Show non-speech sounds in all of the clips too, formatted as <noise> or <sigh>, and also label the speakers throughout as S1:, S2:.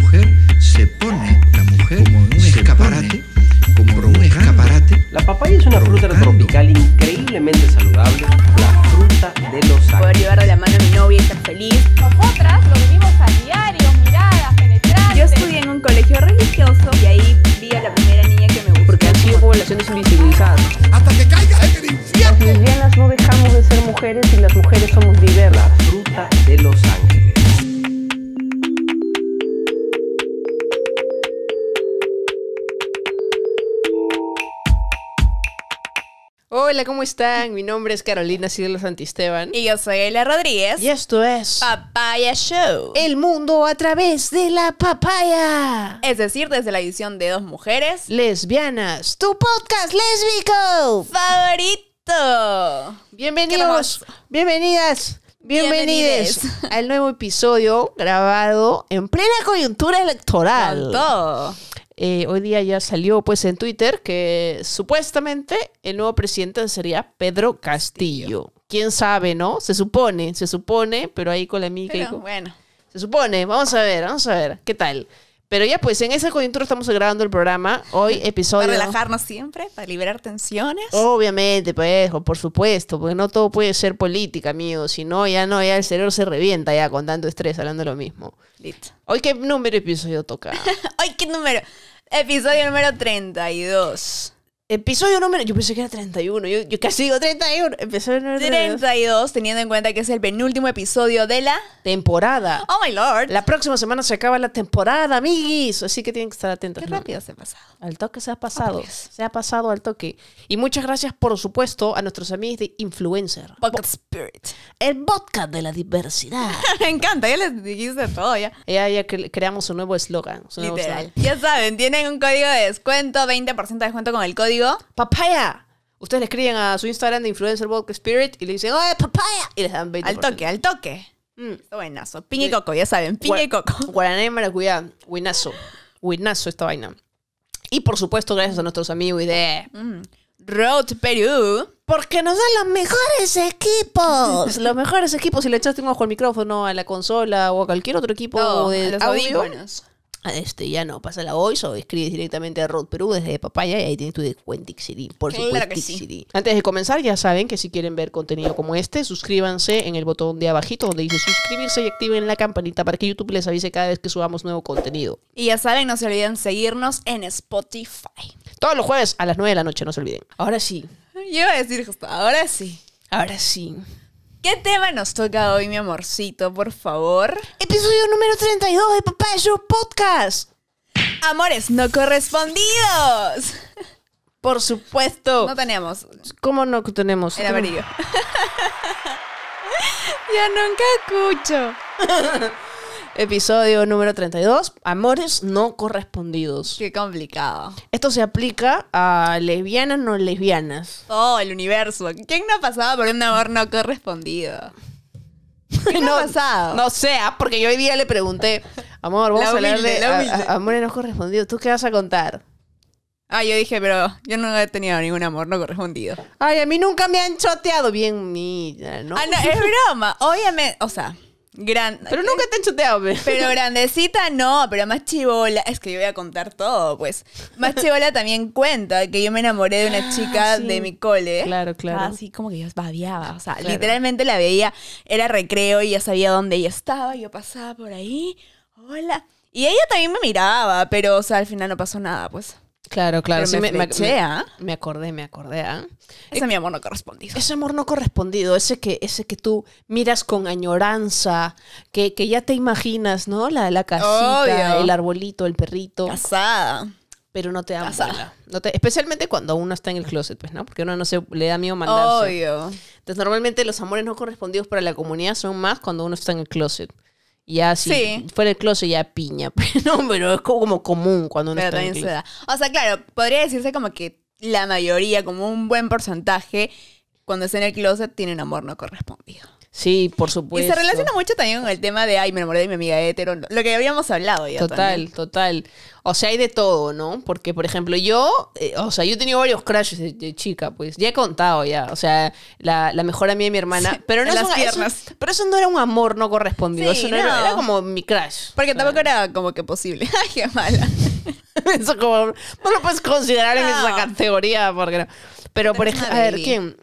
S1: mujer se pone la mujer como un escaparate, como un escaparate.
S2: La papaya es una fruta
S1: Provocando.
S2: tropical increíblemente saludable, la fruta de los
S3: Poder
S2: ángeles.
S3: llevar de la mano a mi novia y ser feliz.
S4: Nosotras lo vivimos a diario, miradas, penetrantes.
S3: Yo estudié en un colegio religioso y ahí vi a la primera niña que me gustó.
S5: porque han sido poblaciones invisibilizadas.
S6: hasta que caiga en el infierno.
S5: Las lesbianas no dejamos de ser mujeres y las mujeres somos diversas.
S2: Fruta de los ángeles.
S7: Hola, ¿cómo están? Mi nombre es Carolina Silva Santisteban.
S3: Y yo soy Ela Rodríguez.
S7: Y esto es
S3: Papaya Show.
S7: El mundo a través de la papaya.
S3: Es decir, desde la edición de dos mujeres.
S7: Lesbianas, tu podcast lésbico.
S3: ¡Favorito!
S7: Bienvenidos, bienvenidas, bienvenides
S3: Bienvenides.
S7: al nuevo episodio grabado en plena coyuntura electoral.
S3: Con todo.
S7: Eh, hoy día ya salió pues en Twitter que supuestamente el nuevo presidente sería Pedro Castillo. Quién sabe, ¿no? Se supone, se supone, pero ahí con la mica y
S3: Pero,
S7: con-
S3: bueno.
S7: Se supone, vamos a ver, vamos a ver, ¿qué tal? Pero ya pues, en esa coyuntura estamos grabando el programa,
S3: <laughs>
S7: hoy episodio...
S3: Para relajarnos siempre, para liberar tensiones.
S7: Obviamente, pues, o por supuesto, porque no todo puede ser política, amigos, si no, ya no, ya el cerebro se revienta ya con tanto estrés hablando lo mismo.
S3: Listo.
S7: Hoy, ¿qué número de episodio toca?
S3: <laughs> ¡Ay, qué número! Episodio número 32.
S7: episodio número... Yo pensé que era 31, yo, yo casi digo 31, episodio número 32.
S3: 32, teniendo en cuenta que es el penúltimo episodio de la.
S7: Temporada.
S3: ¡Oh, my lord!
S7: La próxima semana se acaba la temporada, amiguis, así que tienen que estar atentos.
S3: ¡Qué
S7: ¿no?
S3: rápido se ha pasado!
S7: Al toque se ha pasado.
S3: Dios.
S7: se ha pasado al toque. Y muchas gracias, por supuesto, a nuestros amigos de Influencer.
S3: Pocket Spirit.
S7: El vodka de la diversidad.
S3: <laughs> Me encanta, ya les dijiste todo ya.
S7: <laughs> ya, ya cre- creamos un nuevo eslogan. su nuevo
S3: Literal.
S7: eslogan.
S3: Ya saben, tienen un código de descuento, 20% de descuento con el código.
S7: ¡Papaya! Ustedes le escriben a su Instagram de Influencer Vodka Spirit y le dicen ¡Oye, papaya! Y les dan 20%.
S3: Al toque, al toque.
S7: Mm.
S3: Está buenazo. Piña y coco, ya saben, piña y
S7: <laughs>
S3: coco.
S7: Guaraná y maracuyá. Buenazo. Buenazo esta vaina. Y por supuesto, gracias a nuestros amigos de...
S3: Mm. Road to Perú.
S7: Porque nos dan los mejores equipos. <laughs> los mejores equipos. Si le echaste un ojo al micrófono, a la consola o a cualquier otro equipo
S3: Todo,
S7: de
S3: Oh, los
S7: audio,
S3: audífonos.
S7: a este, ya no, pasa la voice o escribes directamente a Rod Perú desde Papaya y ahí tienes tu descuento Xiri, por
S3: Claro
S7: supuesto.
S3: que sí.
S7: Xiri. Antes de comenzar, ya saben que si quieren ver contenido como este, suscríbanse en el botón de abajito donde dice suscribirse y activen la campanita para que YouTube les avise cada vez que subamos nuevo contenido.
S3: Y ya saben, no se olviden seguirnos en Spotify. <laughs>
S7: Todos los jueves a las 9 de la noche, no se olviden. Ahora sí,
S3: Yo iba a decir justo, ahora sí.
S7: ahora sí.
S3: ¿Qué tema nos toca hoy, mi amorcito, por favor?
S7: Episodio número 32 de Papaya Show Podcast.
S3: Amores no correspondidos.
S7: Por supuesto.
S3: No tenemos.
S7: ¿Cómo no tenemos?
S3: El amarillo. <laughs> Yo nunca escucho.
S7: Episodio número 32, Amores no correspondidos.
S3: Qué complicado.
S7: Esto se aplica a lesbianas no lesbianas.
S3: Todo Oh, el universo. ¿Quién no ha pasado por un amor no correspondido? ¿Quién no, ha pasado?
S7: No sea, porque yo hoy día le pregunté, amor, vamos
S3: La
S7: a hablar
S3: humilde,
S7: de
S3: la
S7: a-
S3: humilde.
S7: a- amores no correspondidos. ¿Tú qué vas a contar?
S3: Ah, yo dije, pero yo no he tenido ningún amor no correspondido.
S7: Ay, a mí nunca me han choteado. Bien, mira, ¿no?
S3: Ah, no, es broma. Obviamente, o sea, gran...
S7: Pero nunca te han choteado, ve.
S3: Pero grandecita no, pero más chivola. Es que yo voy a contar todo, pues. Más chivola también cuenta que yo me enamoré de una chica
S7: sí.
S3: de mi cole.
S7: Claro, claro.
S3: Así como que yo babiaba. O sea,
S7: Claro.
S3: literalmente la veía, era recreo y ya sabía dónde ella estaba. Yo pasaba por ahí. Hola. Y ella también me miraba, pero, o sea, al final no pasó nada, pues.
S7: Claro, claro.
S3: Pero
S7: sí,
S3: me
S7: me, me-
S3: flechea.
S7: me- me acordé, me acordé. ¿ah?
S3: Ese mi amor no correspondido.
S7: Ese amor no correspondido, ese que, ese que tú miras con añoranza, que, que ya te imaginas, ¿no? La, la casita,
S3: Obvio.
S7: el arbolito, el perrito.
S3: Casada.
S7: pero no te dan
S3: Casada.
S7: bola. No te- especialmente cuando uno está en el closet, pues, ¿no? Porque uno no se le da miedo mandarse.
S3: Obvio.
S7: Entonces, normalmente los amores no correspondidos para la comunidad son más cuando uno está en el closet. Ya si
S3: Sí.
S7: fuera el closet ya piña, <laughs> pero, no, pero es co- como común cuando uno
S3: Pero
S7: está en el
S3: también se
S7: closet.
S3: da. O sea, claro, podría decirse como que la mayoría, como un buen porcentaje, cuando está en el closet, tiene un amor no correspondido.
S7: Sí, por supuesto.
S3: Y se relaciona mucho también con el tema de, ay, me enamoré de mi amiga hétero, lo que habíamos hablado ya.
S7: pues. Total,
S3: también.
S7: total. O sea, hay de todo, ¿no? Porque, por ejemplo, yo, eh, o sea, yo he tenido varios crashes de, de chica, pues ya he contado ya. O sea, la, la mejor amiga de mi hermana. Pero, no
S3: en
S7: es
S3: las
S7: una- eso-
S3: piernas.
S7: pero eso no era un amor no correspondido.
S3: Sí,
S7: eso no Era,
S3: no.
S7: era como mi crash.
S3: Porque tampoco era como que posible. <laughs> Ay, qué mala.
S7: <laughs> Eso como, no lo puedes considerar en
S3: No.
S7: esa categoría, porque no. Pero, por
S3: Pero es una
S7: ejemplo, a ver,
S3: baby.
S7: ¿quién?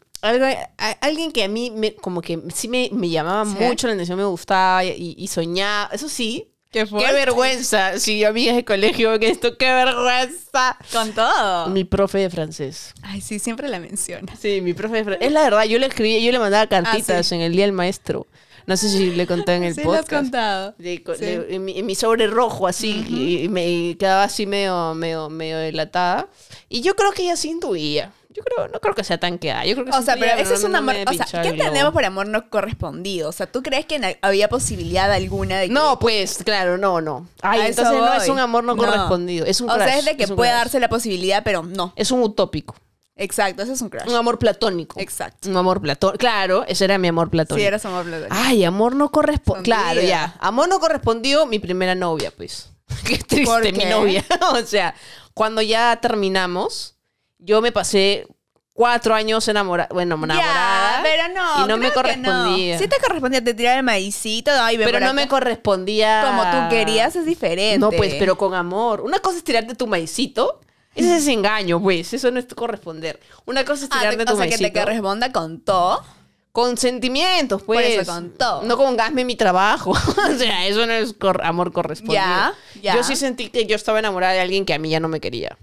S7: Algo- a- alguien que a mí me, como que sí me, me llamaba
S3: ¿Sí?
S7: mucho la atención, me gustaba y, y soñaba, eso sí.
S3: Qué
S7: ¡Qué
S3: fuerte.
S7: vergüenza! Sí, amigas de colegio, que esto, ¡qué vergüenza!
S3: Con todo.
S7: Mi profe de francés.
S3: Ay, sí, siempre la menciona.
S7: Sí, mi profe de francés. Es la verdad, yo le escribía, yo le mandaba cartitas
S3: sí.
S7: en el Día del Maestro. No sé si le conté en el
S3: sí,
S7: podcast.
S3: lo has contado.
S7: De co-
S3: Sí.
S7: de- en, mi, en mi sobre rojo así y, y me y quedaba así medio medio medio delatada y yo creo que ella sí intuía yo creo no creo que sea tan queda yo creo que
S3: O
S7: sí
S3: sea, pero
S7: intuía,
S3: ese es
S7: no-
S3: un
S7: no
S3: amor.
S7: me
S3: O sea,
S7: pinchaba
S3: ¿qué
S7: el globo.
S3: entendemos por amor no correspondido? O sea, ¿tú crees que na- había posibilidad alguna de que.?
S7: no pues claro no no Ay,
S3: A eso
S7: entonces no
S3: voy.
S7: es un amor no, correspondido es un
S3: O sea,
S7: crush,
S3: es de que
S7: un
S3: puede
S7: crush.
S3: darse la posibilidad, pero no.
S7: es un utópico
S3: Exacto, ese es un crush.
S7: un amor platónico
S3: Exacto.
S7: un amor platónico claro ese era mi amor platónico
S3: Sí,
S7: Ah,
S3: eres amor platónico.
S7: Ay, amor no correspondido.
S3: Sonríe.
S7: Claro, ya. Amor no correspondido, mi primera novia, pues. <laughs> Qué triste,
S3: ¿Por qué?
S7: mi novia. <laughs> o sea, cuando ya terminamos, yo me pasé cuatro años enamorada. Bueno, enamorada.
S3: Ya, pero no.
S7: Y no me
S3: creo que no.
S7: correspondía.
S3: Sí te correspondía, te tiraba el maicito. Ay, ve
S7: Pero
S3: por
S7: no me
S3: acá.
S7: correspondía.
S3: Como tú querías es diferente.
S7: No, pues, pero con amor. Una cosa es tirarte tu maicito. Ese es engaño, pues. Eso no es corresponder. Una cosa es
S3: Ah,
S7: tirarte
S3: te-
S7: tu
S3: o sea, que
S7: maicito.
S3: te corresponda con todo.
S7: Con sentimientos, pues.
S3: eso, con todo.
S7: No con gasme mi trabajo. <laughs> o sea, eso no es cor- amor correspondido.
S3: Ya, ya.
S7: Yo sí sentí que yo estaba enamorada de alguien que a mí ya no me quería.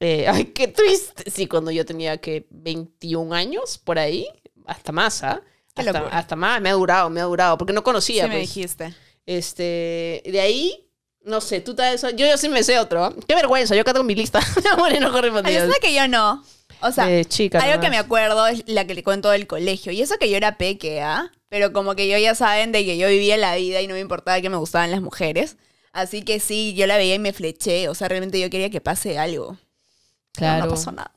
S7: Eh, ay, qué triste. Sí, cuando yo tenía que 21 años, por ahí, hasta más, ¿ah?
S3: Qué
S7: Hasta,
S3: locura.
S7: hasta más, me ha durado, me ha durado, porque no conocía.
S3: Sí me
S7: pues.
S3: dijiste.
S7: Este, de ahí, no sé, tú tal yo, yo sí me sé otro. ¿ah? Qué vergüenza, yo acá tengo mi lista <laughs> de amores no
S3: Hay
S7: correspondidos.
S3: una que yo no. O sea,
S7: De chica
S3: algo
S7: nomás.
S3: que me acuerdo es la que le cuento del colegio. Y eso que yo era peque, ¿ah? Pero como que yo ya saben de que yo vivía la vida y no me importaba que me gustaban las mujeres. Así que sí, yo la veía y me fleché. O sea, realmente yo quería que pase algo. Pero
S7: Claro.
S3: No pasó nada.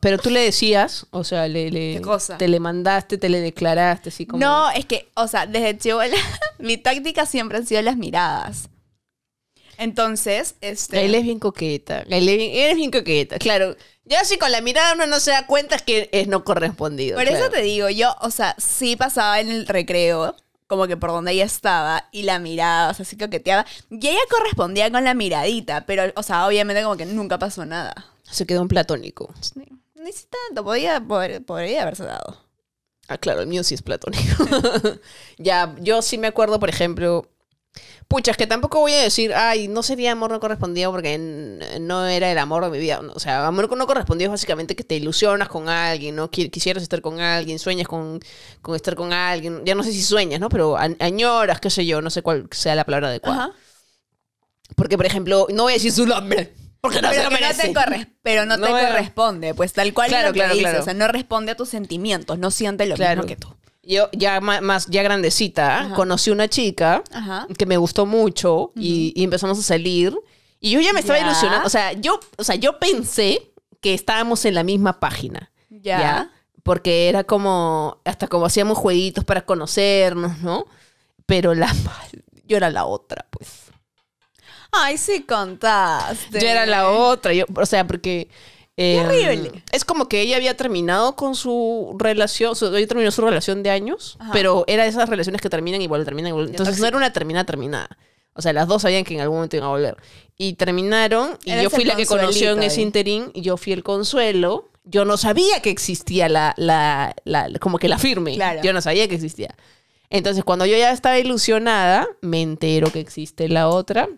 S7: Pero tú le decías, o sea, le, le-
S3: ¿Qué cosa?
S7: te le mandaste, te le declaraste, así como.
S3: No, es que, o sea, desde chivola, <laughs> mi táctica siempre han sido las miradas. Entonces, este.
S7: Gael es bien coqueta. Gael es bien, eres bien coqueta. Claro. Ya si con la mirada uno no se da cuenta es que es no correspondido.
S3: Por eso
S7: claro.
S3: te digo, yo, o sea, sí pasaba en el recreo, como que por donde ella estaba, y la miraba, o sea, sí coqueteaba. Y ella correspondía con la miradita, pero, o sea, obviamente como que nunca pasó nada.
S7: Se quedó un platónico.
S3: Ni, ni si tanto, podía, poder- podría haberse dado.
S7: Ah, claro, el mío sí es platónico. <laughs> ya, yo sí me acuerdo, por ejemplo. Pucha, es que tampoco voy a decir, ay, no sería amor no correspondido porque n- no era el amor de mi vida. O sea, amor no correspondido es básicamente que te ilusionas con alguien, ¿no? Qui- Quisieras estar con alguien, sueñas con, con estar con alguien. Ya no sé si sueñas, ¿no? Pero a- añoras, qué sé yo, no sé cuál sea la palabra adecuada.
S3: Ajá.
S7: Porque, por ejemplo, no voy a decir su nombre. Porque <laughs> no se
S3: Pero,
S7: lo
S3: que no
S7: merece.
S3: te corre- pero no, te
S7: No, bueno.
S3: corresponde, pues tal cual es
S7: Claro,
S3: lo que
S7: claro,
S3: dices,
S7: claro.
S3: o sea, no responde a tus sentimientos, no siente lo mismo que tú.
S7: Yo ya ma- más, ya grandecita,
S3: Ajá.
S7: conocí una chica
S3: Ajá.
S7: que me gustó mucho y, y empezamos a salir. Y yo ya me estaba
S3: Ya.
S7: ilusionando. O sea, yo, o sea, yo pensé que estábamos en la misma página.
S3: Ya.
S7: Porque era como, hasta como hacíamos jueguitos para conocernos, ¿no? Pero la, <laughs> yo era la otra, pues.
S3: Ay, sí contaste.
S7: Yo era la otra, yo, o sea, porque... eh,
S3: Este. horrible.
S7: Es como que ella había terminado con su relación, su, ella terminó su relación de años,
S3: Ajá.
S7: pero era de esas relaciones que terminan igual, terminan igual. Entonces no era una terminada terminada. O sea, las dos sabían que en algún momento iban a volver. Y terminaron, y
S3: Eres
S7: yo fui
S3: el
S7: la que conoció en
S3: consuelito
S7: ese
S3: ahí.
S7: interín, y yo fui el consuelo. Yo no sabía que existía la, la, la- como que la firme.
S3: Claro.
S7: Yo no sabía que existía. Entonces, cuando yo ya estaba ilusionada, me entero que existe la otra.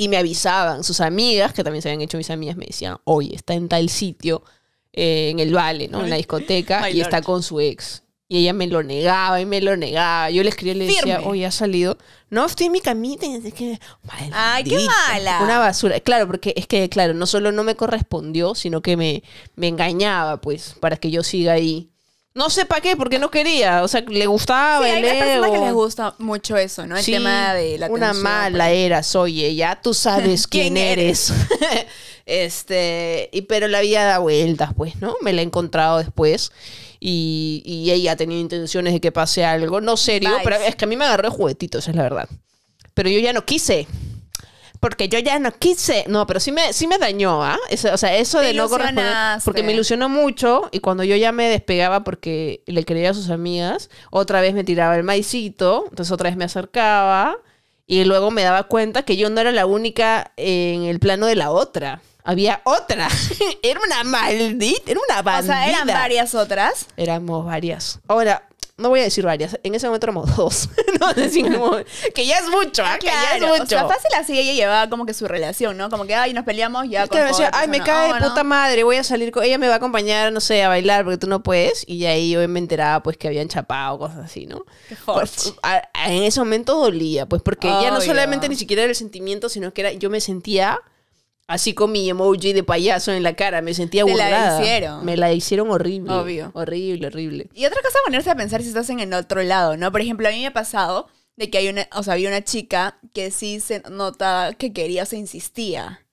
S7: Y me avisaban sus amigas, que también se habían hecho mis amigas, me decían, oye, está en tal sitio, eh, en el vale, ¿no? En la discoteca,
S3: Ay,
S7: y está
S3: Lord.
S7: con su ex. Y ella me lo negaba y me lo negaba. Yo le escribía y le decía,
S3: Firme.
S7: oye, ha salido. No, estoy en mi camita. y es que- Maldita,
S3: Ay, qué mala.
S7: Una basura. Claro, porque es que, claro, no solo no me correspondió, sino que me, me engañaba, pues, para que yo siga ahí. No sé para qué, porque no quería. O sea, le gustaba
S3: Sí, hay
S7: el
S3: unas personas que
S7: ego.
S3: les gusta mucho eso, ¿no? El
S7: Sí,
S3: tema de la
S7: una
S3: atención,
S7: mala
S3: pues.
S7: eras, oye, ya tú sabes
S3: <laughs>
S7: quién,
S3: ¿Quién
S7: eres. <laughs> este, y pero la vida da vueltas, pues, ¿no? Me la he encontrado después y, y ella tenía intenciones de que pase algo, no serio,
S3: Vibes.
S7: pero es que a mí me agarró el juguetito, esa es la verdad. Pero yo ya no quise. Porque yo ya no quise. No, pero sí me, sí me dañó, ¿ah? Eso- o sea, eso
S3: Te
S7: de no corresponder.
S3: ilusionaste.
S7: Porque me ilusionó mucho y cuando yo ya me despegaba porque le creía a sus amigas, otra vez me tiraba el maicito, entonces otra vez me acercaba y luego me daba cuenta que yo no era la única en el plano de la otra. Había otra. <laughs> era una maldita, era una
S3: O
S7: bandida.
S3: sea, eran varias otras.
S7: Éramos varias. Ahora, no voy a decir varias. En ese momento éramos dos. <laughs> no, decimos que ya es mucho, ¿ah? que ya es
S3: Claro,
S7: mucho.
S3: O sea, fácil así ella llevaba como que su relación, ¿no? Como que, ay, nos peleamos ya.
S7: Es que me
S3: con
S7: decía,
S3: otra
S7: ay, me
S3: persona".
S7: cae de
S3: Oh, no.
S7: puta madre, voy a salir con ella, me va a acompañar, no sé, a bailar porque tú no puedes. Y ahí yo me enteraba, pues, que habían chapado, cosas así, ¿no?
S3: Qué forch.
S7: Por- a- a- en ese momento dolía, pues, porque ya no
S3: Obvio.
S7: solamente ni siquiera era el sentimiento, sino que era, yo me sentía así con mi emoji de payaso en la cara, me sentía
S3: Te la
S7: burlada.
S3: hicieron.
S7: Me la hicieron horrible.
S3: Obvio.
S7: Horrible, horrible.
S3: Y otra cosa ponerse a pensar si estás en el otro lado, ¿no? Por ejemplo, a mí me ha pasado de que hay una, o sea, había una chica que sí se nota que quería, o se insistía.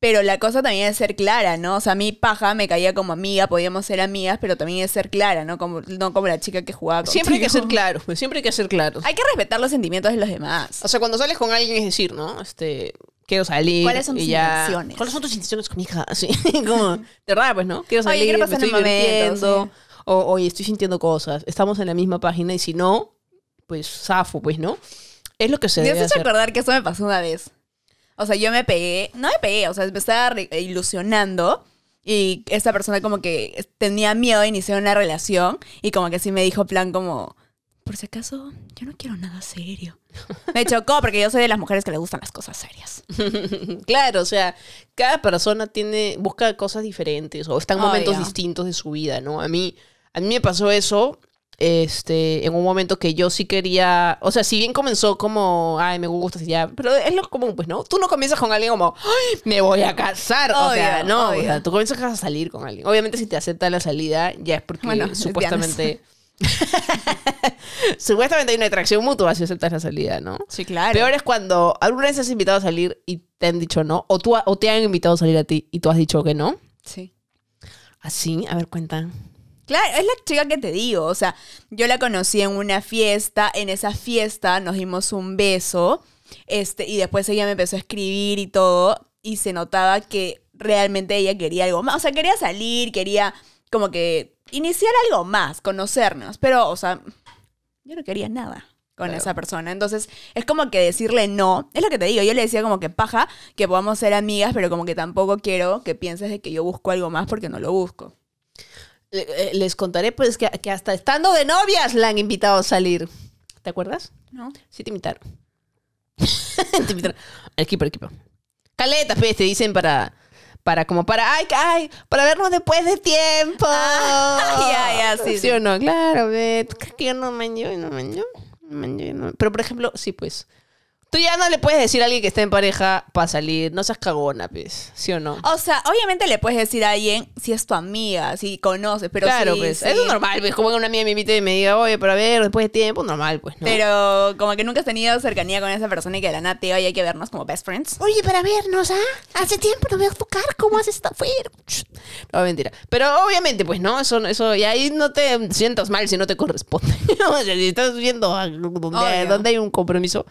S3: Pero la cosa también es ser clara, ¿no? O sea, mi paja me caía como amiga, podíamos ser amigas, pero también es ser clara, ¿no? Como, no como la chica que jugaba con
S7: Siempre hay que ser claros, pues, siempre hay que ser
S3: <laughs>
S7: claros.
S3: Hay que respetar los sentimientos de los demás.
S7: O sea, cuando sales con alguien es decir, ¿no? Este, quiero salir.
S3: ¿Cuáles son
S7: y
S3: tus
S7: ya-
S3: intenciones?
S7: ¿Cuáles son tus intenciones con mi hija? <laughs> Así, como, de verdad, pues, ¿no? Quiero
S3: Oye,
S7: salir,
S3: quiero
S7: me
S3: pasar
S7: estoy
S3: un momento,
S7: divirtiendo.
S3: sí.
S7: O, oye, estoy sintiendo cosas. Estamos en la misma página y si no, pues, zafo, pues, ¿no? Es lo que se
S3: Me
S7: debe
S3: has hecho
S7: hacer.
S3: acordar que eso me pasó una vez. O sea, yo me pegué, no me pegué, o sea, me estaba re- eh, ilusionando y esta persona como que tenía miedo de iniciar una relación y como que sí me dijo plan como, por si acaso, yo no quiero nada <laughs> serio. Me chocó porque yo soy de las mujeres que le gustan las cosas serias.
S7: Claro, o sea, cada persona tiene, busca cosas diferentes o está en momentos
S3: Obvio.
S7: distintos de su vida, ¿no? A mí, a mí me pasó eso, este, en un momento que yo sí quería, o sea, si bien comenzó como, ay, me gusta, ya, pero es lo común, pues, ¿no? Tú no comienzas con alguien como, ay, me voy a casar, o sea,
S3: Obvio,
S7: no,
S3: obvio.
S7: o sea, tú comienzas a salir con alguien. Obviamente si te aceptan la salida, ya es porque
S3: Bueno,
S7: supuestamente... <laughs> supuestamente hay una atracción mutua si aceptas la salida, ¿no?
S3: Sí, claro.
S7: Peor es cuando alguna vez has invitado a salir y te han dicho no, o, tú, ha- o te han invitado a salir a ti y tú has dicho que no.
S3: Sí.
S7: Así, Ah, a ver, cuenta.
S3: Claro, es la chica que te digo, o sea, yo la conocí en una fiesta, en esa fiesta nos dimos un beso, este, y después ella me empezó a escribir y todo, y se notaba que realmente ella quería algo más, o sea, quería salir, quería como que iniciar algo más, conocernos, pero, o sea, yo no quería nada con esa persona, entonces es como que decirle no, es lo que te digo, yo le decía como que paja, que podamos ser amigas, pero como que tampoco quiero que pienses de que yo busco algo más porque no lo busco.
S7: Le- eh, Les contaré, pues, que, que hasta estando de novias la han invitado a salir. ¿Te acuerdas?
S3: ¿No?
S7: Sí, te invitaron. <laughs> te invitaron. Equipo, equipo. Caletas, pues, te dicen para. Para como para, ay, ay, para vernos después de tiempo.
S3: Ah, <laughs> ya, ya, sí,
S7: ¿Sí,
S3: sí.
S7: o no? Claro, ve. ¿Tú crees que yo no manjo? Yo No manjo. No manjo, yo no- Pero, por ejemplo, sí, pues. Tú ya no le puedes decir a alguien que está en pareja para salir. No seas cagona, pues. ¿Sí o no?
S3: O sea, obviamente le puedes decir a alguien si es tu amiga, si conoces, pero
S7: claro,
S3: sí,
S7: pues.
S3: sí.
S7: Eso es normal, pues. Como que una amiga me invite y me diga, oye, para ver después de tiempo, normal, pues, ¿no?
S3: Pero como que nunca has tenido cercanía con esa persona y que de la nada te diga, "Oye, hay que vernos como best friends.
S7: Oye, para vernos, ¿ah? Hace tiempo no veo tocar, ¿cómo has estado? No, mentira. Pero obviamente, pues no, eso, eso, y ahí no te sientas mal si no te corresponde. <laughs> o sea, si estás viendo a- donde,
S3: Obvio.
S7: donde hay un compromiso.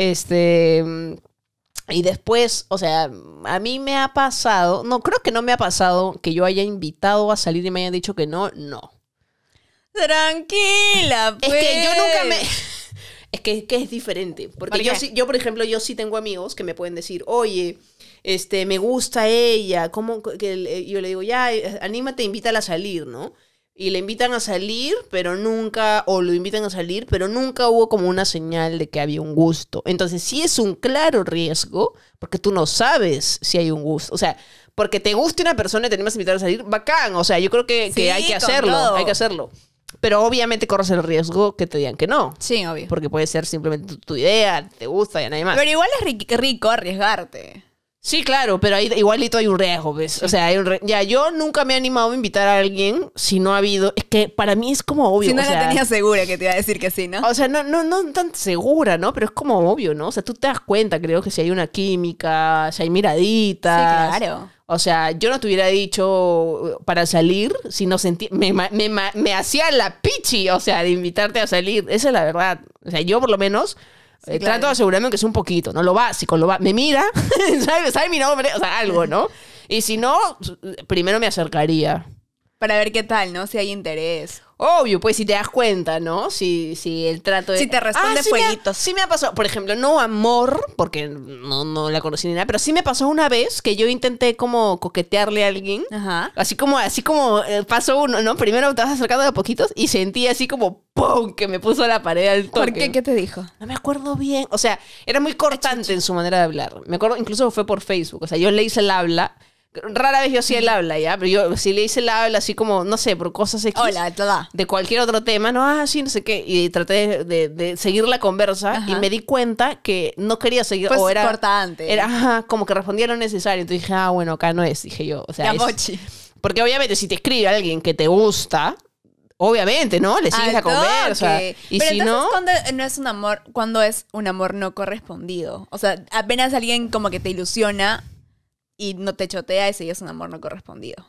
S7: Este. Y después, o sea, a mí me ha pasado, no, creo que no me ha pasado que yo haya invitado a salir y me hayan dicho que no, no.
S3: Tranquila,
S7: Es
S3: pues.
S7: que yo nunca me. <laughs> Es que, que es diferente. Porque
S3: ¿Por
S7: yo,
S3: pues. qué?
S7: sí, yo, por ejemplo, yo sí tengo amigos que me pueden decir, oye, este, me gusta ella. ¿Cómo que le-?" yo le digo, ya, eh, anímate, invítala a salir, ¿no? Y le invitan a salir, pero nunca, o lo invitan a salir, pero nunca hubo como una señal de que había un gusto. Entonces sí es un claro riesgo, porque tú no sabes si hay un gugusto. O sea, porque te guste una persona y te animas a invitar a salir, bacán. O sea, yo creo que, que
S3: Sí,
S7: hay que
S3: con
S7: hacerlo,
S3: todo.
S7: hay que hacerlo. Pero obviamente corres el riesgo que te digan que no.
S3: Sí, obvio.
S7: Porque puede ser simplemente tu, tu idea, te gusta y a nadie más.
S3: Pero igual es ri- rico arriesgarte.
S7: Sí, claro, pero ahí igualito hay un riesgo, ¿ves? O sea, hay un re- ya yo nunca me he animado a invitar a alguien si no ha habido, es que para mí es como obvio,
S3: Si no
S7: o
S3: la
S7: sea,
S3: tenía segura que te iba a decir que sí, ¿no?
S7: o sea, no, no, no tan segura, ¿no? Pero es como obvio, ¿no? O sea, tú te das cuenta, creo que si hay una química, si hay miraditas.
S3: Sí, claro.
S7: O sea, yo no te hubiera dicho eh, para salir si no sentí. Me, ma- me, ma- me hacía la pichi, o sea, de invitarte a salir. Esa es la verdad. O sea, yo por lo menos.
S3: Sí,
S7: eh,
S3: claro.
S7: Trato de asegurarme que es un poquito, ¿no? Lo básico, lo va Me mira, <laughs> ¿sabe, sabe mi nombre? O sea, algo, ¿no? Y si no, primero me acercaría.
S3: Para ver qué tal, ¿no? Si hay interés.
S7: Obvio, pues si te das cuenta, ¿no? Si, si el trato es.
S3: Si te responde
S7: me ha-
S3: fueguitos.
S7: sí me ha pasado, por ejemplo, no amor, porque no, no la conocí ni nada, pero sí me pasó una vez que yo intenté como coquetearle a alguien.
S3: Ajá.
S7: Así como, así como eh, paso uno, ¿no? Primero te vas acercando de a poquitos y sentí así como ¡pum! que me puso la pared al toque.
S3: ¿Por qué? ¿Qué te dijo?
S7: No me acuerdo bien. O sea, era muy cortante en su manera de hablar. Me acuerdo, incluso fue por Facebook. O sea, yo le hice el habla. Rara vez yo hacía el habla, ¿ya? Pero yo sí le hice el habla así como, no sé, por cosas X
S3: Hola, toda.
S7: de cualquier otro tema, no, ah, sí, no sé qué, y traté de, de- de seguir la conversa
S3: Ajá.
S7: y me di cuenta que no quería seguir,
S3: Pues
S7: o era...
S3: cortante.
S7: Era, ajá, como que respondía lo necesario, entonces dije, ah, bueno, acá no es, dije yo, o sea,
S3: Ya,
S7: es-
S3: mochi.
S7: porque obviamente si te escribe alguien que te gusta, obviamente, ¿no? Le sigues
S3: Al
S7: la conversa,
S3: toque.
S7: y
S3: Pero
S7: si
S3: entonces,
S7: no...
S3: ¿cuándo no es un amor, cuando es un amor no correspondido? O sea, apenas alguien como que te ilusiona y no te chotea, ese ya es un amor no correspondido.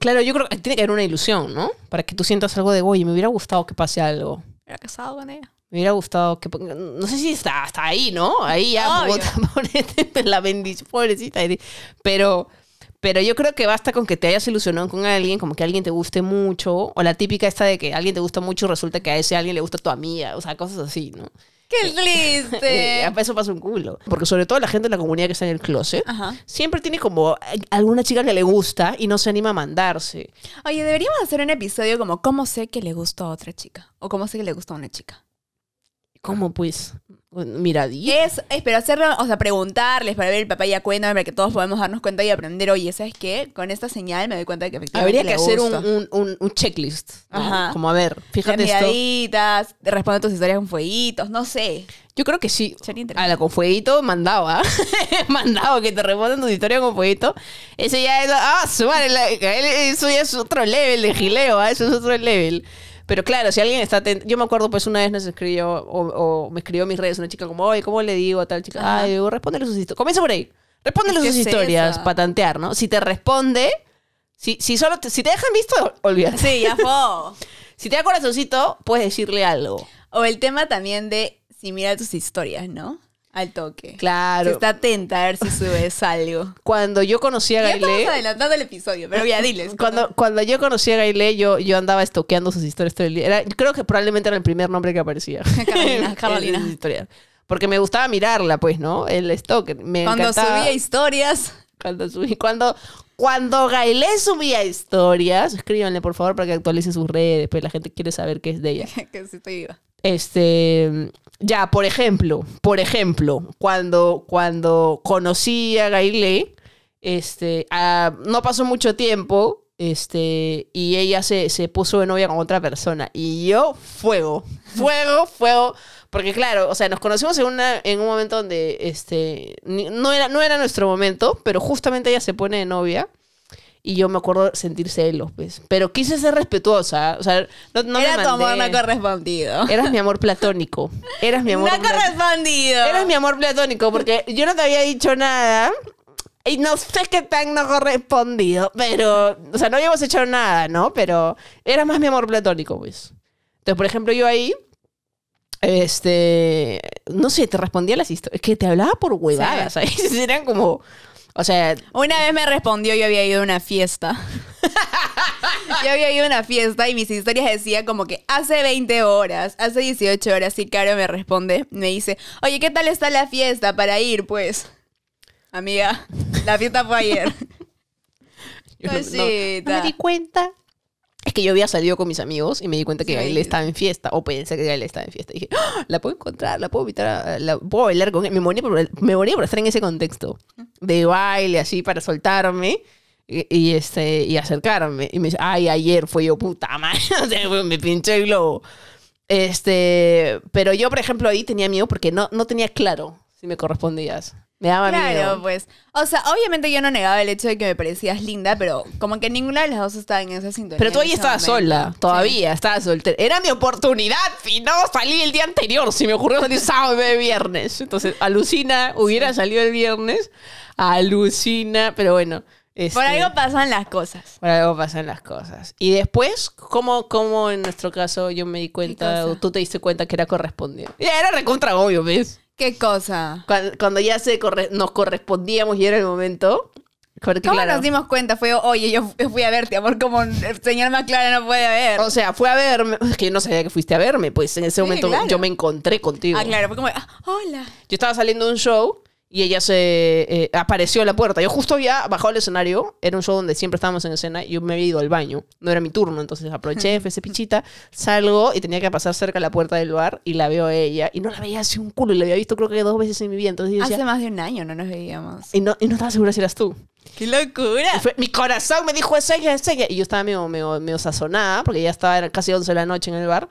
S7: Claro, yo creo que tiene que haber una ilusión, ¿no? Para que tú sientas algo de, oye, me hubiera gustado que pase algo.
S3: Era casado con ella.
S7: Me hubiera gustado que... ponga-". No sé si está hasta ahí, ¿no? Ahí ya,
S3: Obvio.
S7: puta, <laughs> pobrete, la bendición, pobrecita. Eri. Pero, pero yo creo que basta con que te hayas ilusionado con alguien, como que alguien te guste mucho, o la típica esta de que alguien te gusta mucho y resulta que a ese alguien le gusta tu amiga, o sea, cosas así, ¿no?
S3: ¡Qué
S7: Eh, <laughs>
S3: triste!
S7: eso pasa un culo. Porque sobre todo la gente de la comunidad que está en el closet,
S3: Ajá.
S7: siempre tiene como eh, alguna chica que le gusta y no se anima a mandarse.
S3: Oye, deberíamos hacer un episodio como ¿Cómo sé que le gusta a otra chica? O ¿Cómo sé que le gusta a una chica?
S7: ¿Cómo pues? Miradilla.
S3: Es, es, pero hacerlo, o sea, preguntarles para ver el papá ya cuenta, para que todos podamos darnos cuenta y aprender, oye, ¿sabes qué? Con esta señal me doy cuenta de que efectivamente
S7: Habría que
S3: le
S7: hacer un,
S3: gusto".
S7: un- un- un checklist. ¿no?
S3: Ajá.
S7: Como a ver, fíjate
S3: Las
S7: esto.
S3: miraditas, te responde tus historias con fueguitos, no sé.
S7: Yo creo que sí.
S3: Sería interesante.
S7: A la con fueguito <laughs> mandaba. mandaba que te respondan tu historia con fueguito. Ese ya es. Ah, su madre, la- él- Eso ya es otro level de gileo. ah, Eso es otro level. Pero claro, si alguien está atent- Yo me acuerdo, pues una vez nos escribió, o, o me escribió en mis redes una chica como, oye, ¿cómo le digo a tal chica?
S3: Ajá.
S7: Ay, digo, respóndele sus historias. Comienza por ahí. Respóndele
S3: ¿Qué
S7: sus
S3: es
S7: historias
S3: esa?
S7: para tantear, ¿no? Si te responde, si, si solo te, si te dejan visto, olvídate.
S3: Sí, ya fue.
S7: Si te da corazoncito, puedes decirle algo.
S3: o el tema también de si mira tus historias, ¿no? Al toque.
S7: Claro.
S3: Si está atenta a ver si subes algo.
S7: Cuando yo conocí a
S3: Ya
S7: Gailé.
S3: estamos adelantando el episodio, pero ya diles.
S7: Cuando, cuando yo conocí a Gailé, yo, yo andaba estoqueando sus historias todo el día. Era- creo que probablemente era el primer nombre que aparecía.
S3: <laughs> Carolina,
S7: <laughs> En-
S3: Carolina.
S7: en sus historias. Porque me gustaba mirarla, pues, ¿no? El stalker. Me
S3: Cuando
S7: encantaba.
S3: subía historias. <laughs>
S7: Cuando subí. Cuando, cuando Gailé subía historias, escríbanle, por favor, para que actualice sus redes, pues la gente quiere saber qué es de ella.
S3: que sí estoy viva.
S7: Este, ya, por ejemplo, por ejemplo, cuando, cuando conocí a Gailé, este, ah, no pasó mucho tiempo, este, y ella se, se puso de novia con otra persona. Y yo, fuego,
S3: <laughs>
S7: fuego, fuego. Porque claro, o sea, nos conocimos en, una, en un momento donde, este, ni- no era, no era nuestro momento, pero justamente ella se pone de novia. Y yo me acuerdo sentir celos, pues. Pero quise ser respetuosa. O sea, no, no me
S3: Era tu amor
S7: mandé.
S3: no correspondido.
S7: Eras mi amor platónico. Eras mi amor
S3: no
S7: platónico.
S3: correspondido.
S7: Eras mi amor platónico porque yo no te había dicho nada. Y no sé qué tan no correspondido, pero... O sea, no habíamos hecho nada, ¿no? Pero era más mi amor platónico, pues. Entonces, por ejemplo, yo ahí... Este... No sé, te respondía las historias. Que te hablaba por huevadas, ¿sabes? <laughs> Eran como... O sea,
S3: Una vez me respondió, yo había ido a una fiesta. <laughs> yo había ido a una fiesta y mis historias decían como que hace 20 horas, hace 18 horas, y Caro me responde, me dice, oye, ¿qué tal está la fiesta para ir? Pues, amiga, la fiesta fue
S7: <laughs>
S3: ayer.
S7: yo
S3: Pues
S7: no- no- no
S3: Cosita.
S7: me di cuenta. Es que yo había salido con mis amigos y me di cuenta que
S3: Sí.
S7: Gael estaba en fiesta. O pensé que Gael estaba en fiesta. Y dije, ¡Ah! la puedo encontrar, la puedo invitar, a- la puedo bailar con él. Me moría, por, me moría por estar en ese contexto de baile, así, para soltarme y, y, este, y acercarme. Y me dice, ay, ayer fue yo, puta madre. <laughs> O sea, fue- me pinché el globo. Este, pero yo, por ejemplo, ahí tenía miedo porque no, no tenía claro si me correspondías. Me daba
S3: Claro,
S7: miedo.
S3: pues. O sea, obviamente yo no negaba el hecho de que me parecías linda, pero como que ninguna de las dos estaba en esa sintonía.
S7: Pero tú
S3: en
S7: ahí
S3: ese
S7: estabas
S3: momento.
S7: sola, todavía, estabas soltera. Era mi oportunidad, y no salí el día anterior. Si me ocurrió salir sábado en vez de viernes. Entonces, alucina, hubiera salido el viernes, alucina, pero bueno.
S3: Sí. Por
S7: este,
S3: algo pasan las cosas.
S7: Por algo pasan las cosas. Y después, ¿cómo, cómo en nuestro caso yo me di cuenta,
S3: cosa?
S7: o tú te diste cuenta que era correspondido? Ya era recontra obvio, ¿ves?
S3: ¿Qué cosa?
S7: Cuando, cuando ya se corre- nos correspondíamos y era el momento. porque,
S3: ¿Cómo
S7: claro,
S3: nos dimos cuenta? Fue, oye, yo fu- fui a verte, amor, como el señor McLaren no puede ver.
S7: O sea, fue a verme. <laughs> Es que yo no sabía que fuiste a verme, pues en ese
S3: Sí,
S7: momento
S3: claro.
S7: yo me encontré contigo.
S3: Ah, claro, fue como, ah, hola.
S7: Yo estaba saliendo de un show y ella se eh, apareció a la puerta. Yo justo había bajado el escenario. Era un show donde siempre estábamos en escena y yo me había ido al baño. No era mi turno, entonces aproveché, fui a ese pichita, salgo y tenía que pasar cerca de la puerta del bar y la veo a ella. Y no la veía hace un culo y la había visto creo que dos veces en mi vida. Entonces yo
S3: Hace
S7: decía...
S3: más de un año no nos veíamos.
S7: Y no, y no estaba segura si eras tú.
S3: ¡Qué locura!
S7: Y fue- mi corazón me dijo, es ella, es ella. Y yo estaba medio, medio, medio sazonada, porque ya estaba era casi 11 de la noche en el bar.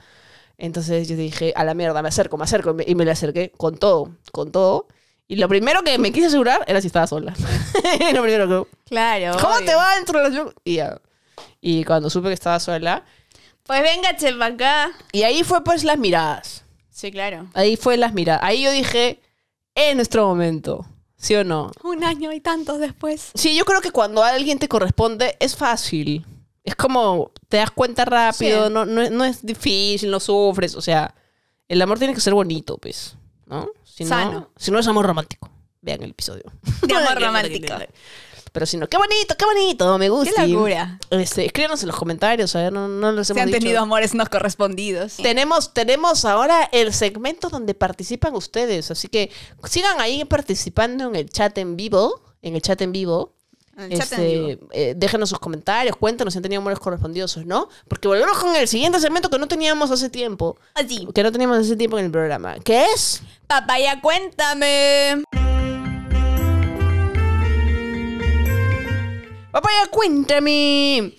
S7: Entonces yo dije, a la mierda, me acerco, me acerco. Y me, y me le acerqué con todo, con todo. Y lo primero que me quise asegurar era si estaba sola. <laughs> lo primero que...
S3: Claro.
S7: ¿Cómo
S3: obvio.
S7: te va dentro de la... Y ya. Y cuando supe que estaba sola...
S3: Pues venga, chepa acá.
S7: Y ahí fue pues las miradas.
S3: Sí, claro.
S7: Ahí fue las miradas. Ahí yo dije, es nuestro momento. ¿Sí o no?
S3: Un año y tantos después.
S7: Sí, yo creo que cuando alguien te corresponde es fácil. Es como te das cuenta rápido,
S3: Sí.
S7: no, no, no es difícil, no sufres. O sea, el amor tiene que ser bonito, pues. ¿No? Si No,
S3: Sano.
S7: si no es amor romántico. Vean el
S3: <laughs>
S7: episodio.
S3: De amor romántico.
S7: Pero si no, qué bonito, qué bonito, me gusta.
S3: locura.
S7: Este, escríbanos en los comentarios, a ver, no, no los hemos
S3: Se han
S7: dicho.
S3: tenido amores no correspondidos.
S7: Tenemos, tenemos ahora el segmento donde participan ustedes, así que sigan ahí participando en el chat en vivo, en el chat en vivo.
S3: En el chat en
S7: Este,
S3: vivo.
S7: eh, déjenos sus comentarios, cuéntanos si han tenido amores correspondidos o no, porque volvemos con el siguiente segmento que no teníamos hace tiempo,
S3: Así.
S7: que no teníamos hace tiempo en el programa, que es
S3: Papaya, cuéntame.
S7: Papaya, cuéntame. En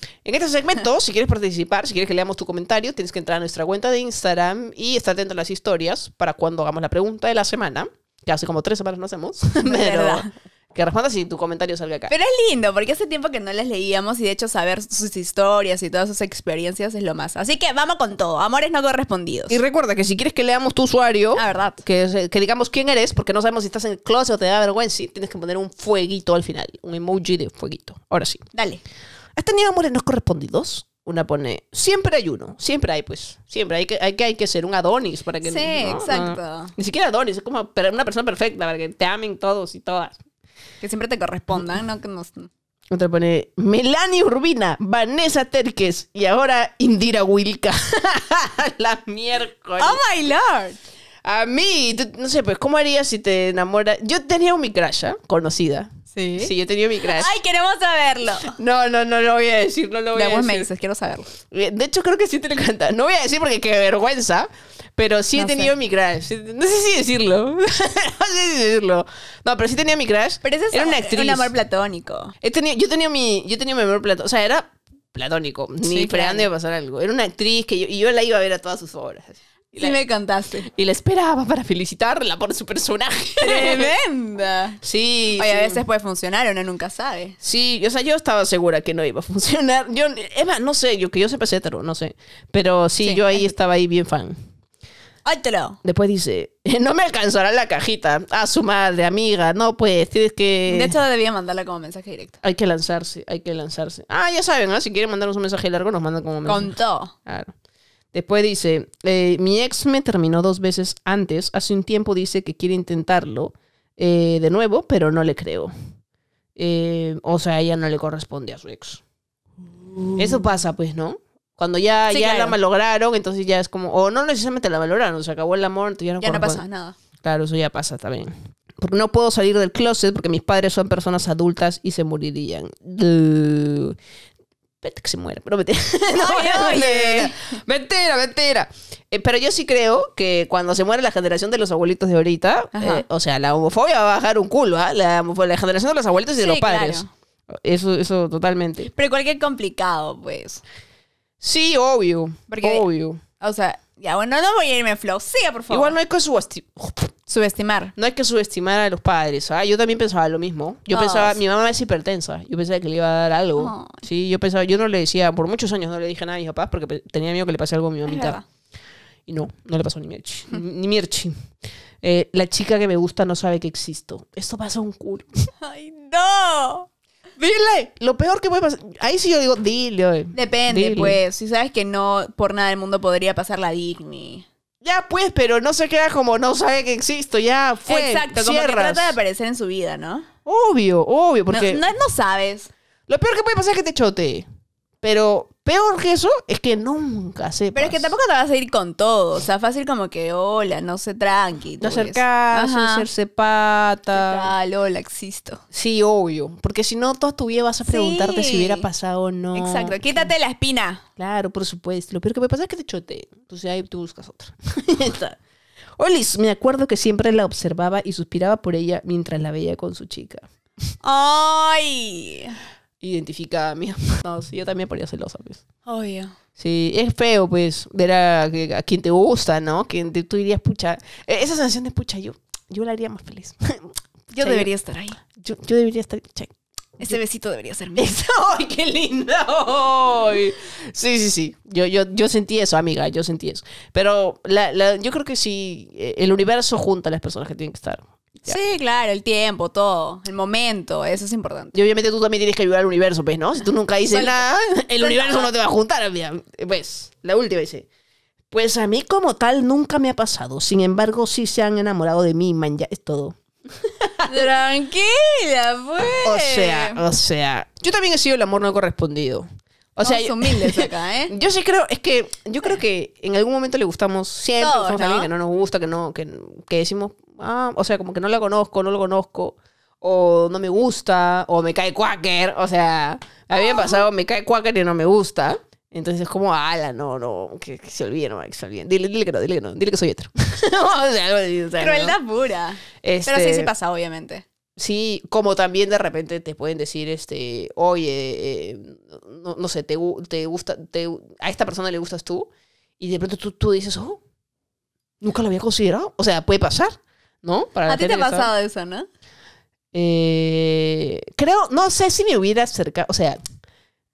S3: <laughs>
S7: este segmento, si quieres participar, si quieres que leamos tu comentario, tienes que entrar a nuestra cuenta de Instagram y estar atento a las historias para cuando hagamos la pregunta de la semana, que hace como tres semanas
S3: <laughs>
S7: no hacemos, <laughs> pero
S3: verdad.
S7: que respondas y tu comentario salga acá.
S3: Pero es lindo, porque hace tiempo que no las leíamos y de hecho saber sus historias y todas sus experiencias es lo más. Así que vamos con todo. Amores no correspondidos.
S7: Y recuerda que si quieres que leamos tu usuario,
S3: Ah, verdad.
S7: que, es- que digamos quién eres, porque no sabemos si estás en el closet o te da vergüenza, y tienes que poner un fueguito al final, un emoji de fueguito. Ahora sí.
S3: Dale.
S7: ¿Has tenido amores no correspondidos? Una pone, siempre hay uno, siempre hay pues, siempre hay que, hay que, hay que ser un Adonis para que...
S3: Sí,
S7: no,
S3: exacto.
S7: no. Ni siquiera Adonis, es como per- una persona perfecta para que te amen todos y todas.
S3: Que siempre te correspondan, ¿no? Que nos...
S7: Otra pone, Melanie Urbina, Vanessa Terques y ahora Indira Wilka. <laughs> La miércoles.
S3: ¡Oh, my lord!
S7: A mí, tú- no sé, pues, ¿cómo harías si te enamoras? Yo tenía un mi crush, ¿ah? conocida.
S3: Sí.
S7: Sí, yo tenía mi crush.
S3: ¡Ay, queremos saberlo!
S7: No, no, no lo voy a decir, no lo voy a
S3: Después
S7: decir.
S3: me dices, quiero saberlo.
S7: Eh, De hecho, creo que sí te lo encanta. No voy a decir porque qué vergüenza, pero sí he
S3: No sé.
S7: tenido mi crash. No sé si decirlo. <laughs> no sé si decirlo. No, pero sí tenía mi crash.
S3: Pero ese es
S7: era una
S3: un-
S7: actriz.
S3: un amor platónico.
S7: He tenido- yo tenía mi, yo tenía mi amor platónico. O sea, era platónico. Ni
S3: Sí,
S7: fregando
S3: claro.
S7: iba a pasar algo. Era una actriz que yo, y yo la iba a ver a todas sus obras. Y
S3: Sí
S7: la,
S3: me contaste.
S7: y la esperaba para felicitarla por su personaje.
S3: <laughs> ¡Tremenda!
S7: sí.
S3: Oye, a
S7: sí.
S3: veces puede funcionar, uno nunca sabe.
S7: Sí, o sea, yo estaba segura que no iba a <laughs> funcionar. Yo, Emma, no sé, yo que yo sepa es hetero, no sé. Pero sí,
S3: Sí,
S7: yo ahí
S3: es-
S7: estaba ahí bien fan.
S3: ¡Ótelo!
S7: Después dice, "Eh, no me alcanzará la cajita. A su madre, amiga, no pues, tienes que...
S3: De hecho, debía mandarla como mensaje directo.
S7: Hay que lanzarse, hay que lanzarse. Ah, ya saben, ¿ah? si quieren mandarnos un mensaje largo, nos mandan como mensaje.
S3: Contó.
S7: Claro. Después dice, eh, mi ex me terminó dos veces antes. Hace un tiempo dice que quiere intentarlo eh, de nuevo, pero no le creo. Eh, o sea, ella no le corresponde a su ex. Eso pasa, pues, ¿no? Cuando ya,
S3: Uh. Sí,
S7: ya la
S3: claro.
S7: malograron, entonces ya es como, o no necesariamente la valoraron, se acabó el amor, entonces ya no
S3: Ya no
S7: corresponde.
S3: pasa nada.
S7: Claro, eso ya pasa también. Porque no puedo salir del closet porque mis padres son personas adultas y se morirían. Duh. Vete que se muera, pero vete. <laughs> no,
S3: Ay,
S7: mentira,
S3: oye.
S7: mentira, mentira. Eh, pero yo sí creo que cuando se muera la generación de los abuelitos de ahorita,
S3: Ajá.
S7: eh, o sea, la homofobia va a bajar un culo, ¿ah? la, homofo- la generación de los abuelitos y de
S3: Sí,
S7: los padres. Eso, eso totalmente.
S3: Pero cualquier complicado, pues.
S7: Sí, obvio.
S3: Porque-
S7: obvio.
S3: O sea, ya bueno, no voy a irme flow. Siga, por favor.
S7: Igual no hay que subestimar.
S3: Subestimar.
S7: No hay que subestimar a los padres, ¿ah? Yo también pensaba lo mismo. Yo
S3: Ah,
S7: pensaba,
S3: sí.
S7: mi mamá es hipertensa. Yo pensaba que le iba a dar algo.
S3: Ay.
S7: Sí, yo pensaba, yo no le decía, por muchos años no le dije nada a mis papás porque pe- tenía miedo que le pase algo a mi
S3: Es
S7: mamita.
S3: verdad.
S7: Y no, no le pasó ni Mirchi. ni Mirchi. Eh, la chica que me gusta no sabe que existo. Esto pasa un culo. <laughs>
S3: ¡Ay, no!
S7: Dile, lo peor que puede pasar. Ahí sí yo digo, dile. oye.
S3: Depende,
S7: Dile.
S3: pues. Si sabes que no por nada del mundo podría pasar la Digni.
S7: Ya pues, pero no se queda como no sabe que existo. Ya fue.
S3: Exacto, como que
S7: cierras.
S3: trata de aparecer en su vida, ¿no?
S7: Obvio, obvio, porque
S3: No, no- no sabes.
S7: lo peor que puede pasar es que te chotee. Pero peor que eso es que nunca sepas.
S3: Pero es que tampoco te vas a ir con todo. O sea, fácil como que, hola, no sé, tranqui.
S7: No
S3: tú
S7: hacer
S3: ves.
S7: caso,
S3: Ajá.
S7: hacerse pata.
S3: Tal, hola, existo.
S7: Sí, obvio. Porque si no, toda tu vida vas a preguntarte
S3: Sí.
S7: si hubiera pasado o no.
S3: Exacto, quítate la espina.
S7: Claro, por supuesto. Lo peor que puede pasar es que te chotee. Entonces ahí tú buscas otra. <laughs> Ya está. Olis, me acuerdo que siempre la observaba y suspiraba por ella mientras la veía con su chica.
S3: ¡Ay!
S7: Identificada a mi <laughs> No, sí, yo también ponía celosa, pues.
S3: Obvio.
S7: Sí, es feo, pues, ver a, a quien te gusta, ¿no? Quien te- tú dirías, pucha, eh, esa sensación de pucha, yo, yo la haría más feliz. <laughs>
S3: Yo
S7: Sí.
S3: debería estar ahí.
S7: Yo, yo debería estar... pucha,
S3: Ese besito debería
S7: <laughs>
S3: ser mío.
S7: Eso, ¡Ay, qué linda! ¡Ay! Sí, sí, sí. Yo, yo, yo sentí eso, amiga, yo sentí eso. Pero la, la- yo creo que sí, eh, el universo junta a las personas que tienen que estar. Ya.
S3: <laughs> Sí, claro, el tiempo, todo, el momento, eso es importante.
S7: Y obviamente tú también tienes que ayudar al universo, pues, ¿no? Si tú nunca dices
S3: Suelta.
S7: nada, <laughs> el
S3: Suelta.
S7: universo no te va a juntar, amiga. Pues, la última dice. Pues a mí como tal nunca me ha pasado. Sin embargo, sí se han enamorado de mí, man, ya es todo.
S3: Tranquila, pues.
S7: O sea, o sea. Yo también he sido el amor no correspondido. O sea,
S3: Somos
S7: yo-
S3: humildes
S7: <laughs>
S3: acá, ¿eh?
S7: Yo sí creo, es que yo creo que en algún momento le gustamos siempre,
S3: Todos,
S7: gustamos a alguien
S3: ¿no?
S7: que no nos gusta, que no, que, que decimos, ah, o sea, como que no la conozco, no lo conozco, o no me gusta, o me cae quacker, o sea, a mí me ha pasado, me cae quacker y no me gusta. Entonces es como, ala, no, no, que, que se olvide, no, que se olvide. Dile, dile que no, dile que no, dile que soy hetero. <laughs> o sea, algo así, o sea, ¿no?
S3: Crueldad pura. Pero
S7: Este-
S3: sí, sí pasa, obviamente.
S7: Sí, como también de repente te pueden decir, este, oye, eh, no, no sé, te, gu- te gusta, te, a esta persona le gustas tú, y de pronto tú, tú dices, oh, nunca lo había considerado. O sea, puede pasar, ¿no? Para la
S3: A ti te ha
S7: gente que está-
S3: pasado eso, ¿no? <laughs>
S7: Eh, creo, no sé si me hubiera acercado, o sea,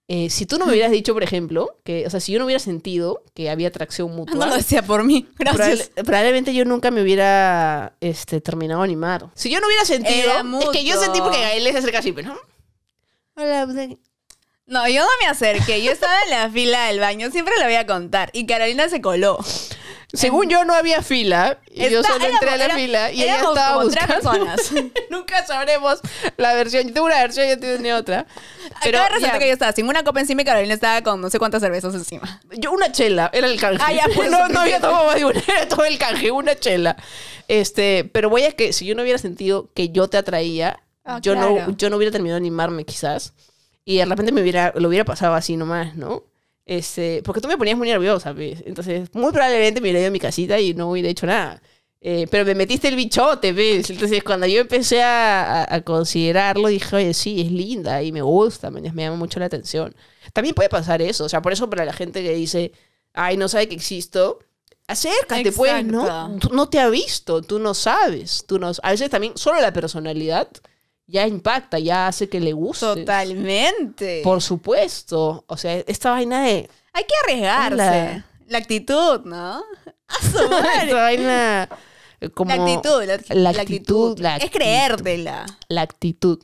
S7: eh, si tú no me hubieras dicho, por ejemplo, que, o sea, si yo no hubiera sentido que había atracción mutua.
S3: <laughs> No lo decía por mí.
S7: <laughs> Probable-
S3: Gracias.
S7: probablemente yo nunca me hubiera este, terminado de animar. Si yo no hubiera sentido.
S3: Era
S7: Es que yo
S3: mutuo. eh,
S7: sentí porque Gael se acerca así, pero. pues, ¿no? Hola, pues, aquí.
S3: No, yo no me acerqué. Yo estaba en la <laughs> fila del baño. Siempre lo voy a contar. Y Carolina se coló.
S7: Según yo no había fila. Y yo
S3: eh. Está-
S7: solo entré a la
S3: éramos-
S7: fila y ella
S3: éramos
S7: estaba
S3: como tres
S7: buscando.
S3: personas.
S7: <laughs> nunca sabremos la versión. Yo tengo una versión y yo tenía otra.
S3: Pero
S7: Pero
S3: Acaba de resaltar
S7: ya,
S3: que yo estaba sin una copa encima y Carolina estaba con no sé cuántas cervezas encima.
S7: yo una chela, era el canje.
S3: Ah, ya, pues,
S7: <laughs> no, no había
S3: suficiente.
S7: tomado más de una, <laughs> era todo el canje, una chela. Este, pero voy a que si yo no hubiera sentido que yo te atraía,
S3: Ah,
S7: yo,
S3: claro.
S7: no, yo no hubiera terminado de animarme quizás. Y de repente me hubiera, lo hubiera pasado así nomás, ¿no? Este, porque tú me ponías muy nerviosa, ¿ves? Entonces, muy probablemente me hubiera ido a mi casita y no hubiera hecho nada. Eh, pero me metiste el bichote, ¿ves? Entonces, cuando yo empecé a, a- a considerarlo, dije, oye, sí, es linda y me gusta, mañas, me llama mucho la atención. También puede pasar eso, o sea, por eso para la gente que dice, ay, no sabe que existo, acércate, pues, ¿no?
S3: Exacto.
S7: Tú no te ha visto, tú no sabes, tú no... A veces también solo la personalidad ya impacta, ya hace que le guste.
S3: Totalmente.
S7: Por supuesto. O sea, esta vaina de.
S3: Hay que arriesgarse.
S7: Hola.
S3: La actitud, ¿no? A su madre.
S7: Esta vaina. eh, <laughs> Como
S3: La actitud, la,
S7: la
S3: la
S7: actitud,
S3: actitud. es
S7: la actitud.
S3: creértela.
S7: la actitud.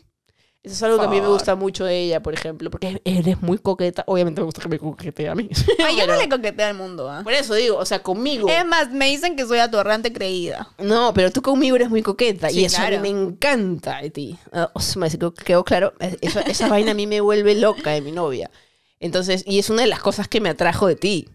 S7: Eso es algo que a mí me
S3: Por.
S7: gusta mucho de ella, por ejemplo, porque eres muy coqueta. Obviamente me gusta que me coquetee a mí.
S3: Ay, yo no
S7: Pero-
S3: le coqueteo al mundo, ¿ah?
S7: Por eso digo, o sea, conmigo.
S3: Es más, me dicen que soy atorrante creída.
S7: Em, No, pero tú conmigo eres muy coqueta
S3: Sí,
S7: y eso a
S3: claro.
S7: mí me encanta de ti. Ah, o sea, me quedó- quedó claro, eh, eso- esa vaina a mí me vuelve loca de mi novia. Entonces, y es una de las cosas que me atrajo de ti.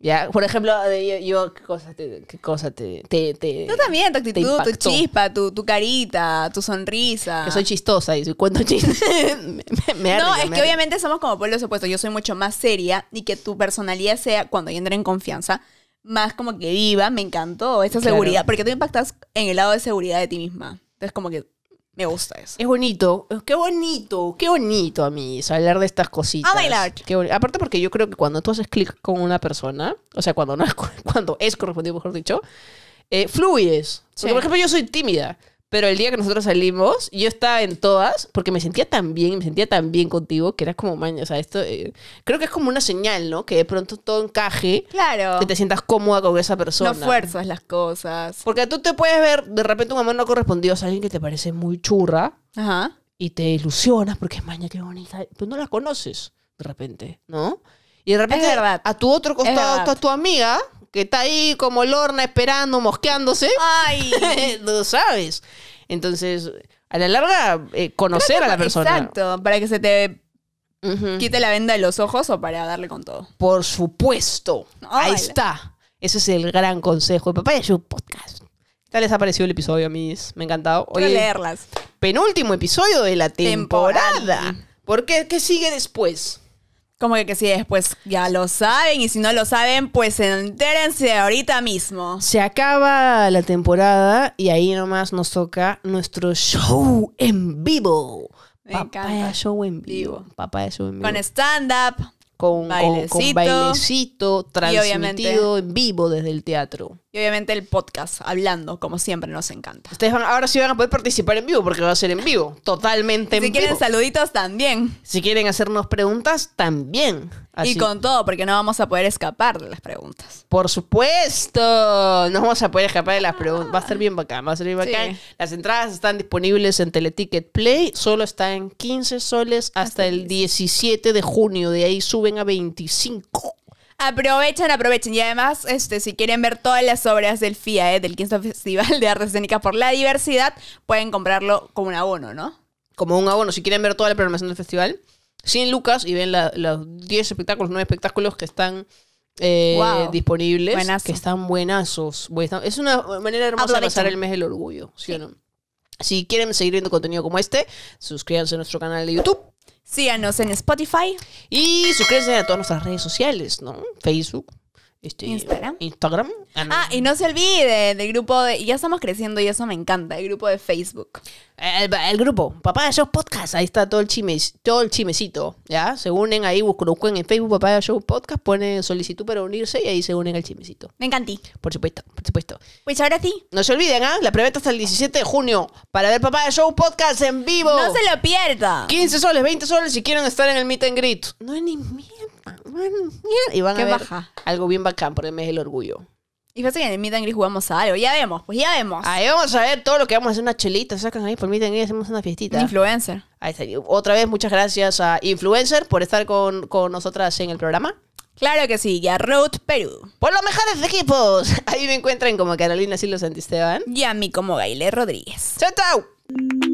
S7: Ya, por ejemplo, de- yo, yo- qué cosa te, qué cosa te, te, te-
S3: Tú también, tu
S7: te
S3: actitud, tu
S7: impactó?
S3: chispa, tu, tu carita, tu sonrisa.
S7: Que soy chistosa y cuento chistes. <laughs> me, me- me da
S3: no,
S7: risa,
S3: es
S7: me
S3: que
S7: da risa.
S3: obviamente somos como pueblos opuestos. Yo soy mucho más seria y que tu personalidad sea, cuando yo entré en confianza, más como que viva. Me encantó esa
S7: Claro.
S3: seguridad, porque tú impactas en el lado de seguridad de ti misma. Entonces, como que me gusta eso.
S7: Es bonito, qué bonito, qué bonito a mí es hablar de estas cositas.
S3: A bailar.
S7: Qué boni- Aparte porque <laughs> yo creo que cuando tú haces clic con una persona, o sea, cuando no es, cu- cuando es correspondido, mejor dicho, eh, fluyes. Porque,
S3: Sí.
S7: por ejemplo, yo soy tímida. Pero el día que nosotros salimos, yo estaba en todas, porque me sentía tan bien, me sentía tan bien contigo, que eras como maña. O sea, esto eh, creo que es como una señal, ¿no? Que de pronto todo encaje,
S3: Claro.
S7: que te sientas cómoda con esa persona.
S3: No fuerzas las cosas.
S7: Porque tú te puedes ver de repente un amor no correspondido a alguien que te parece muy churra
S3: Ajá.
S7: y te ilusionas porque es maña, qué bonita. Pero no la conoces de repente, ¿no? Y de repente
S3: verdad.
S7: a tu otro costado
S3: verdad.
S7: está tu amiga que está ahí como lorna esperando, mosqueándose.
S3: Ay.
S7: <laughs> no sabes. Entonces, a la larga, eh, conocer a la persona.
S3: Exacto, para que se te
S7: Ujú.
S3: quite la venda de los ojos o para darle con todo.
S7: Por supuesto.
S3: Ay.
S7: Ahí está. Ese es el gran consejo de Papá y su podcast. ¿Qué tal les ha parecido el episodio, mis? Me ha encantado.
S3: Quiero
S7: Oye,
S3: leerlas.
S7: penúltimo episodio de la temporada.
S3: Temporada.
S7: ¿Por qué? ¿Qué sigue después?
S3: Como que, que si después ya lo saben y si no lo saben, pues entérense ahorita mismo.
S7: Se acaba la temporada y ahí nomás nos toca nuestro show en vivo.
S3: Me
S7: Papaya
S3: encanta.
S7: show en vivo.
S3: Vivo.
S7: Papaya show en vivo.
S3: Con stand-up.
S7: con, con- con
S3: Bailecito.
S7: bailecito transmitido
S3: obviamente-
S7: en vivo desde el teatro.
S3: Y obviamente el podcast, hablando, como siempre, nos encanta.
S7: Ustedes van, ahora sí van a poder participar en vivo porque va a ser en vivo,
S3: Si
S7: totalmente en vivo.
S3: quieren saluditos también.
S7: si quieren hacernos preguntas, también. Así,
S3: Y con todo, porque no vamos a poder escapar de las preguntas.
S7: Por supuesto, no vamos a poder escapar de las preguntas. Va a ser bien bacán, va a ser bien
S3: Sí.
S7: bacán. Las entradas están disponibles en Teleticket Play, solo están 15 soles hasta el 17 de junio, de ahí suben a 25.
S3: Aprovechen, aprovechen. Y además, este, si quieren ver todas las obras del FIAE, eh, del 15 <laughs> Festival de Artes Escénicas por la Diversidad, pueden comprarlo como un abono, ¿no?
S7: como un abono, si quieren ver toda la programación del festival, 100 lucas y ven la- los 10 espectáculos, 9 espectáculos que están eh,
S3: Wow.
S7: disponibles,
S3: Buenazo.
S7: que están buenazos. Buena- Es una manera hermosa de
S3: Aprovechen.
S7: pasar el mes del orgullo, ¿sí, o no? Si quieren seguir viendo contenido como este, suscríbanse a nuestro canal de YouTube
S3: Síganos en Spotify.
S7: y suscríbanse a todas nuestras redes sociales, ¿no? Facebook, este,
S3: Instagram.
S7: Instagram. Ah, no.
S3: Ah, y no se olviden del grupo de. y Ya estamos creciendo y eso me encanta, el grupo de Facebook.
S7: El, el grupo, Papá de Show Podcast, ahí está todo el chime, todo el chimecito, ¿ya? Se unen ahí, buscan, buscan en Facebook Papá de Show Podcast, ponen solicitud para unirse y ahí se unen al chimecito.
S3: Me encantí.
S7: Por supuesto, por supuesto.
S3: Pues ahora sí.
S7: No se olviden, ¿ah? La preventa hasta el 17 de junio para ver Papá de Show Podcast en vivo.
S3: No se lo pierdan.
S7: 15 soles, 20 soles si quieren estar en el meet and greet. No es ni mierda, no es ni mierda. Y van
S3: Qué
S7: a ver
S3: baja.
S7: algo bien bacán por el mes del orgullo.
S3: Y parece que en el Meet and Greet jugamos a algo. Ya vemos, pues ya vemos.
S7: Ahí vamos a ver todo lo que vamos a hacer, una chelita, sacan ahí por el meet and greet, hacemos una
S3: Un
S7: fiestita.
S3: influencer.
S7: Ahí está. Otra vez, muchas gracias a Influencer por estar con, con nosotras en el programa.
S3: Claro que sí, ya Road Perú.
S7: Por los mejores equipos. <laughs> Ahí me encuentran como Carolina Silos Santisteban.
S3: Y a mí como Gaile Rodríguez.
S7: ¡Chao, chao!